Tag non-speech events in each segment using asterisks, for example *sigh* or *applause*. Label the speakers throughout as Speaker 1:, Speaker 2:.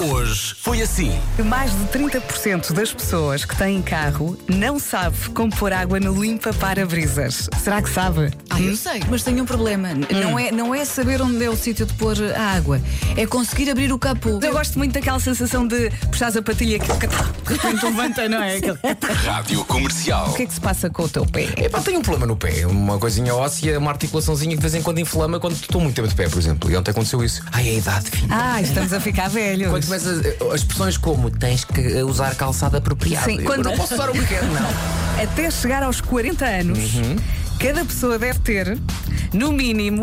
Speaker 1: Hoje foi assim.
Speaker 2: Mais de 30% das pessoas que têm carro não sabe como pôr água no limpa-parabrisas. Será que sabe?
Speaker 3: Ah, eu sei, mas tenho um problema. N- Não, é, não é saber onde é o sítio de pôr a água, é conseguir abrir o capô.
Speaker 2: Eu gosto muito daquela sensação de puxares a patilha que de repente levanta, não é? Aquele- O
Speaker 1: Rádio Comercial.
Speaker 2: que é que se passa com o teu pé?
Speaker 4: Epá, tenho um problema no pé, uma coisinha óssea, uma articulaçãozinha que de vez em quando inflama quando estou muito tempo de pé, por exemplo. E ontem aconteceu isso. Ai, é a idade, filho.
Speaker 2: Ah, estamos a ficar velhos.
Speaker 4: Quando começas as expressões como tens que eh, usar calçada apropriada.
Speaker 2: Sim,
Speaker 4: Eu
Speaker 2: quando-
Speaker 4: não posso usar o brinquedo, *laughs* não.
Speaker 2: Até chegar aos 40 anos, cada pessoa deve ter, no mínimo,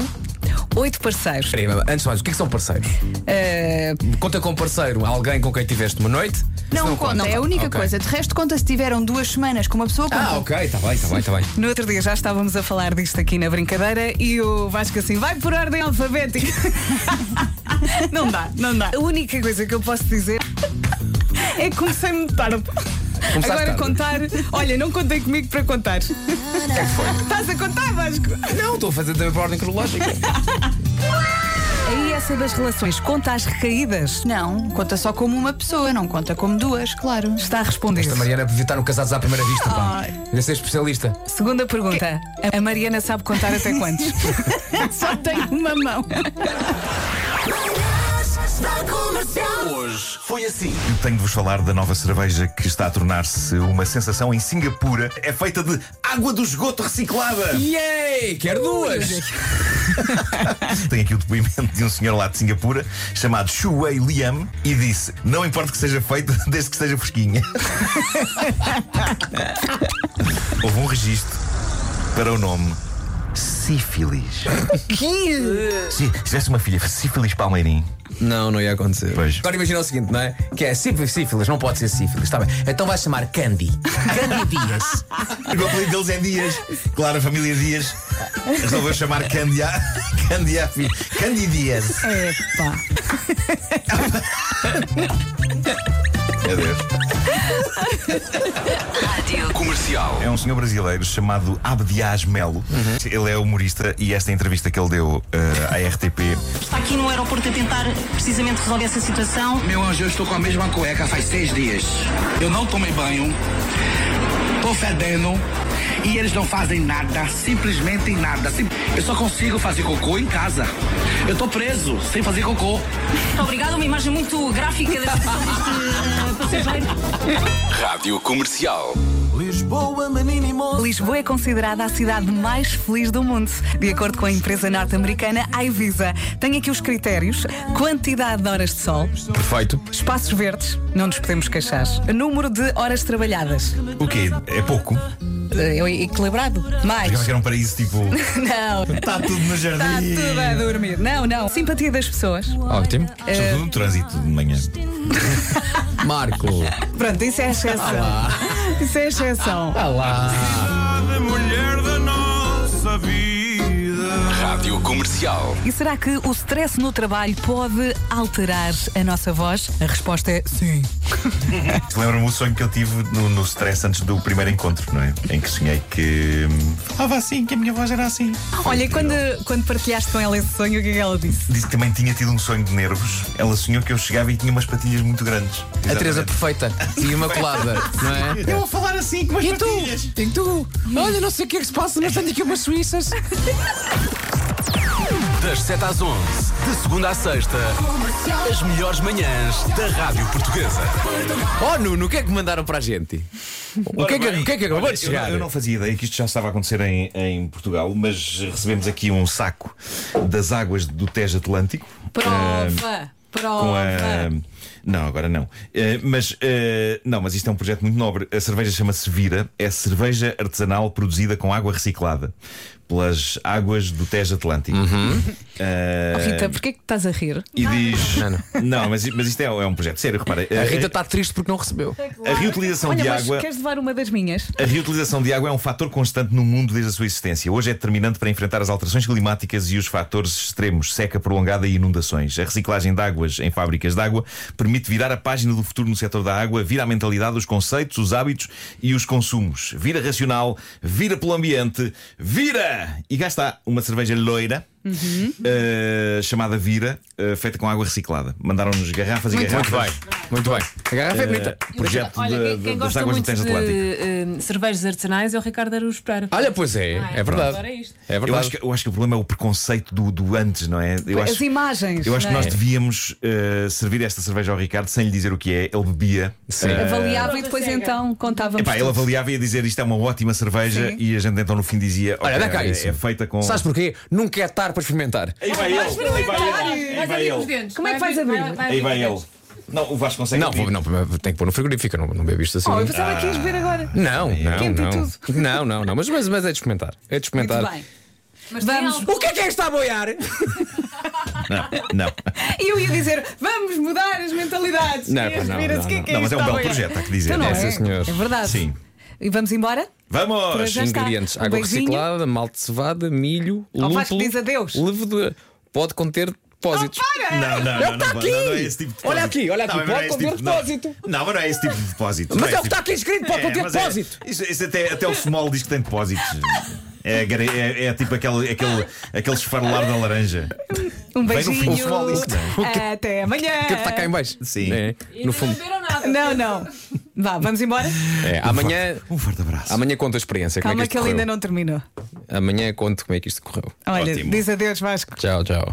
Speaker 2: oito parceiros.
Speaker 4: Espera aí, antes de mais, o que, é que são parceiros?
Speaker 2: Ah,
Speaker 4: Conta com parceiro alguém com quem tiveste uma noite?
Speaker 3: Não,
Speaker 4: Se
Speaker 3: conta, é a única
Speaker 4: Ok.
Speaker 3: coisa. De resto, conta se tiveram duas semanas com uma pessoa com.
Speaker 4: Ah, ok, está bem, está bem, está bem.
Speaker 2: no outro dia já estávamos a falar disto aqui na brincadeira e o Vasco assim, vai por ordem alfabética. *laughs* não dá, não dá. A única coisa que eu posso dizer é que comecei muito tarde.
Speaker 4: Começaste
Speaker 2: Agora
Speaker 4: tarde. É
Speaker 2: contar. Olha, não contem comigo para contar. Estás a contar, Vasco?
Speaker 4: Não, estou a fazer também para ordem cronológica.
Speaker 2: Aí essa das relações conta as recaídas.
Speaker 3: Não, conta só como uma pessoa, não conta como duas, claro.
Speaker 2: Está a responder.
Speaker 4: Esta Mariana podia estar no Casados à Primeira Vista, pá. Devia ser especialista.
Speaker 2: Segunda pergunta. A Mariana sabe contar até *laughs* quantos?
Speaker 3: Só tenho uma mão.
Speaker 1: Hoje foi assim.
Speaker 5: Tenho de vos falar da nova cerveja que está a tornar-se uma sensação em Singapura. É feita de água do esgoto reciclada.
Speaker 4: Yay! Quero duas!
Speaker 5: Tem aqui o depoimento de um senhor lá de Singapura chamado Shuei Liam e disse: Não importa que seja feita, *laughs* desde que esteja
Speaker 1: *laughs*
Speaker 5: fresquinha. Houve um registro para o nome. Sífilis. Que? Se tivesse uma filha, Sífilis Palmeirim.
Speaker 4: Não, não ia acontecer.
Speaker 5: Pois.
Speaker 4: Agora imagina o seguinte, não é? Que é sífilis, sífilis, não pode ser sífilis, está bem. Então vais chamar Candy.
Speaker 5: *laughs*
Speaker 4: Candy Dias.
Speaker 5: O meu apelido deles é Dias. Claro, a família Dias resolveu chamar Candia. Candia, filho. Candy Dias.
Speaker 2: Epá.
Speaker 5: Meu Deus.
Speaker 1: Comercial.
Speaker 5: É um senhor brasileiro chamado Abdias Melo. Ele é humorista e esta entrevista que ele deu eh, à RTP
Speaker 6: está aqui no aeroporto a tentar precisamente resolver essa situação.
Speaker 7: Meu anjo, eu estou com a mesma cueca faz seis dias. Eu não tomei banho, tô fedendo e eles não fazem nada, simplesmente nada. Sim- Eu só consigo fazer cocô em casa. Eu tô preso sem fazer cocô.
Speaker 6: Muito obrigada, uma imagem muito gráfica da situação deste eh, passageiro.
Speaker 1: Rádio Comercial.
Speaker 2: Lisboa é considerada a cidade mais feliz do mundo, de acordo com a empresa norte-americana Ivisa. Tem aqui os critérios: quantidade de horas de sol,
Speaker 4: Perfeito.
Speaker 2: espaços verdes, não nos podemos queixar, número de horas trabalhadas,
Speaker 5: O quê? É pouco?
Speaker 2: eh, equilibrado, mais.
Speaker 5: Achava que era um paraíso tipo.
Speaker 2: *laughs* Não,
Speaker 5: Está tudo no
Speaker 2: está
Speaker 5: jardim.
Speaker 2: tudo a dormir. Não, não. Simpatia das pessoas.
Speaker 4: Ótimo.
Speaker 5: Sobretudo no trânsito de manhã.
Speaker 4: Marco.
Speaker 2: Pronto, isso é exceção. Isso é exceção.
Speaker 4: Ah lá.
Speaker 1: Rádio Comercial.
Speaker 2: E será que o stress no trabalho pode alterar a nossa voz? A resposta é sim.
Speaker 5: Lembro-me o sonho que eu tive no, no stress antes do primeiro encontro, não é? Em que sonhei que. hum, Falava assim, que a minha voz era assim.
Speaker 2: Olha, quando, quando partilhaste com ela esse sonho, o que é que ela disse?
Speaker 5: Disse que também tinha tido um sonho de nervos. Ela sonhou que eu chegava e tinha umas patilhas muito grandes.
Speaker 4: A Teresa
Speaker 5: Exatamente.
Speaker 4: perfeita e imaculada, não é?
Speaker 5: *laughs* Eu vou falar assim com as
Speaker 4: E tu? E tu? Olha, não sei o que é que se passa, mas tenho aqui umas suíças.
Speaker 1: Das 7 às 11, de segunda à sexta, as melhores manhãs da Rádio Portuguesa.
Speaker 4: Oh, Nuno, o que é que mandaram para a gente? O que é que, o que, é que acabou
Speaker 5: Olha,
Speaker 4: de
Speaker 5: Eu,
Speaker 4: chegar?
Speaker 5: não- eu não fazia ideia que isto já estava a acontecer em, em Portugal, mas recebemos aqui um saco das águas do Tejo Atlântico.
Speaker 2: Prova!
Speaker 5: Eh, Com
Speaker 2: prova!
Speaker 5: a... Não, agora não. Eh, mas, eh, não, mas isto é um projeto muito nobre. A cerveja chama-se Vira, é cerveja artesanal produzida com água reciclada pelas águas do Tejo Atlântico. Eh,
Speaker 2: Rita, porquê que estás a rir?
Speaker 5: e diz. Não, mas, mas isto é, é um projeto sério, repara. Eh,
Speaker 4: A Rita está triste porque não recebeu.
Speaker 5: a reutilização
Speaker 2: Olha,
Speaker 5: de
Speaker 2: mas
Speaker 5: água.
Speaker 2: queres levar uma das minhas?
Speaker 5: A reutilização de água é um fator constante no mundo desde a sua existência. Hoje é determinante para enfrentar as alterações climáticas e os fatores extremos, seca prolongada e inundações. A reciclagem de águas em fábricas de água permite virar a página do futuro no setor da água, vira a mentalidade, os conceitos, os hábitos e os consumos. Vira racional, vira pelo ambiente, vira! E cá está uma cerveja loira.
Speaker 8: Uhum.
Speaker 5: eh, chamada Vira, eh, feita com água reciclada. Mandaram-nos garrafas e garrafas. eh,
Speaker 4: Muito bem, muito bem. A garrafa é bonita.
Speaker 5: Projeto
Speaker 8: Então, Olha,
Speaker 5: de-
Speaker 8: quem,
Speaker 5: de-
Speaker 8: quem
Speaker 5: das
Speaker 8: gosta
Speaker 5: águas do
Speaker 8: muito de
Speaker 5: Transatlântico.
Speaker 8: eh, cervejas artesanais é o Ricardo Araújo Pereira.
Speaker 5: Ah.
Speaker 4: Olha, pois é, é
Speaker 8: Agora é
Speaker 4: verdade.
Speaker 8: isto.
Speaker 4: É
Speaker 5: Eu acho,
Speaker 4: verdade.
Speaker 5: que, eu acho que o problema é o preconceito do, do antes, não é? Eu
Speaker 2: As
Speaker 5: acho,
Speaker 2: imagens.
Speaker 5: eu acho que
Speaker 2: não é?
Speaker 5: nós devíamos eh, servir esta cerveja ao Ricardo sem lhe dizer o que é. Ele bebia.
Speaker 4: Sim.
Speaker 5: é,
Speaker 2: Avaliava e depois então contávamos.
Speaker 5: eh, Epá, ele
Speaker 2: tudo.
Speaker 5: avaliava e ia dizer isto é uma ótima cerveja
Speaker 2: Sim.
Speaker 5: e a gente então no fim dizia
Speaker 4: Olha,
Speaker 5: "Ok,
Speaker 4: dá cá
Speaker 5: é,
Speaker 4: isso.
Speaker 5: é feita com.
Speaker 4: Sabes porquê? Nunca é tarde para experimentar.
Speaker 5: Aí vai ele, aí vai ele, aí
Speaker 8: Vais
Speaker 5: vai
Speaker 8: abrir os
Speaker 5: ele,
Speaker 8: dentes.
Speaker 2: Como é que vais abrir?
Speaker 5: aí vai
Speaker 8: abrir
Speaker 5: ele.
Speaker 8: os dentes.
Speaker 5: Não, o Vasco consegue.
Speaker 4: Não,
Speaker 5: abrir.
Speaker 4: vou- não, tem que pôr no frigorífico, eu não, não bebo isto assim.
Speaker 2: Oh, eu pensava
Speaker 5: Ah.
Speaker 2: que ias ver agora.
Speaker 4: Não,
Speaker 5: É,
Speaker 4: não,
Speaker 2: Quente e
Speaker 4: não. *laughs* Não, não, não. Mas, mas, mas é de experimentar. É de experimentar.
Speaker 2: Muito bem.
Speaker 3: Mas vamos.
Speaker 4: O que é que é que está a boiar?
Speaker 5: Não, não.
Speaker 2: E *laughs* eu ia dizer, vamos mudar as mentalidades.
Speaker 4: Não,
Speaker 2: E as
Speaker 4: não,
Speaker 2: viras,
Speaker 4: não,
Speaker 2: o que é que
Speaker 5: Não, mas
Speaker 2: isto
Speaker 5: é um belo
Speaker 2: amanhã?
Speaker 5: projeto, há que dizer.
Speaker 2: Então não
Speaker 5: né?
Speaker 4: Sim,
Speaker 2: é.
Speaker 4: senhor.
Speaker 2: É verdade.
Speaker 5: Sim.
Speaker 2: E vamos embora? Para
Speaker 5: Vamos!
Speaker 2: já está.
Speaker 4: Ingredientes:
Speaker 2: Um
Speaker 4: água
Speaker 2: beijinho.
Speaker 4: reciclada, malte de cevada, milho,
Speaker 2: Oh,
Speaker 4: lúpulo,
Speaker 2: Vasco, diz adeus. Oh,
Speaker 4: levedura. Pode conter depósitos.
Speaker 2: Para!
Speaker 5: Não, não,
Speaker 4: Ele
Speaker 5: não,
Speaker 4: está
Speaker 5: não,
Speaker 4: aqui!
Speaker 5: não, não é esse tipo de depósito.
Speaker 4: Olha aqui, olha aqui,
Speaker 5: mas não
Speaker 4: pode
Speaker 5: é esse
Speaker 4: conter
Speaker 5: tipo- não.
Speaker 4: depósito.
Speaker 5: Não, mas não é esse tipo de depósito.
Speaker 4: Mas
Speaker 5: Não
Speaker 4: é o
Speaker 5: esse
Speaker 4: que está aqui escrito, pode conter
Speaker 5: mas é-
Speaker 4: depósito.
Speaker 5: isso, isso até, até o small diz que tem depósitos. É, gar- é- é tipo aquele, aquele, aquele esfarelar da laranja.
Speaker 2: Um
Speaker 5: Vem no
Speaker 2: beijinho.
Speaker 5: fundo, small diz que não.
Speaker 2: Até amanhã.
Speaker 4: O que é que está cá em baixo?
Speaker 5: Sim.
Speaker 4: É,
Speaker 8: E
Speaker 4: no
Speaker 8: não
Speaker 4: fundo.
Speaker 8: beberam nada.
Speaker 2: Não, não. Vá, vamos embora?
Speaker 4: É, amanhã,
Speaker 5: Um forte abraço.
Speaker 4: amanhã conto a experiência. como
Speaker 2: Calma
Speaker 4: é que
Speaker 2: que
Speaker 4: isto
Speaker 2: ele ainda
Speaker 4: correu.
Speaker 2: não terminou.
Speaker 4: Amanhã conto como é que isto correu.
Speaker 2: Olha,
Speaker 5: Ótimo.
Speaker 2: diz adeus, Vasco.
Speaker 4: Tchau, tchau.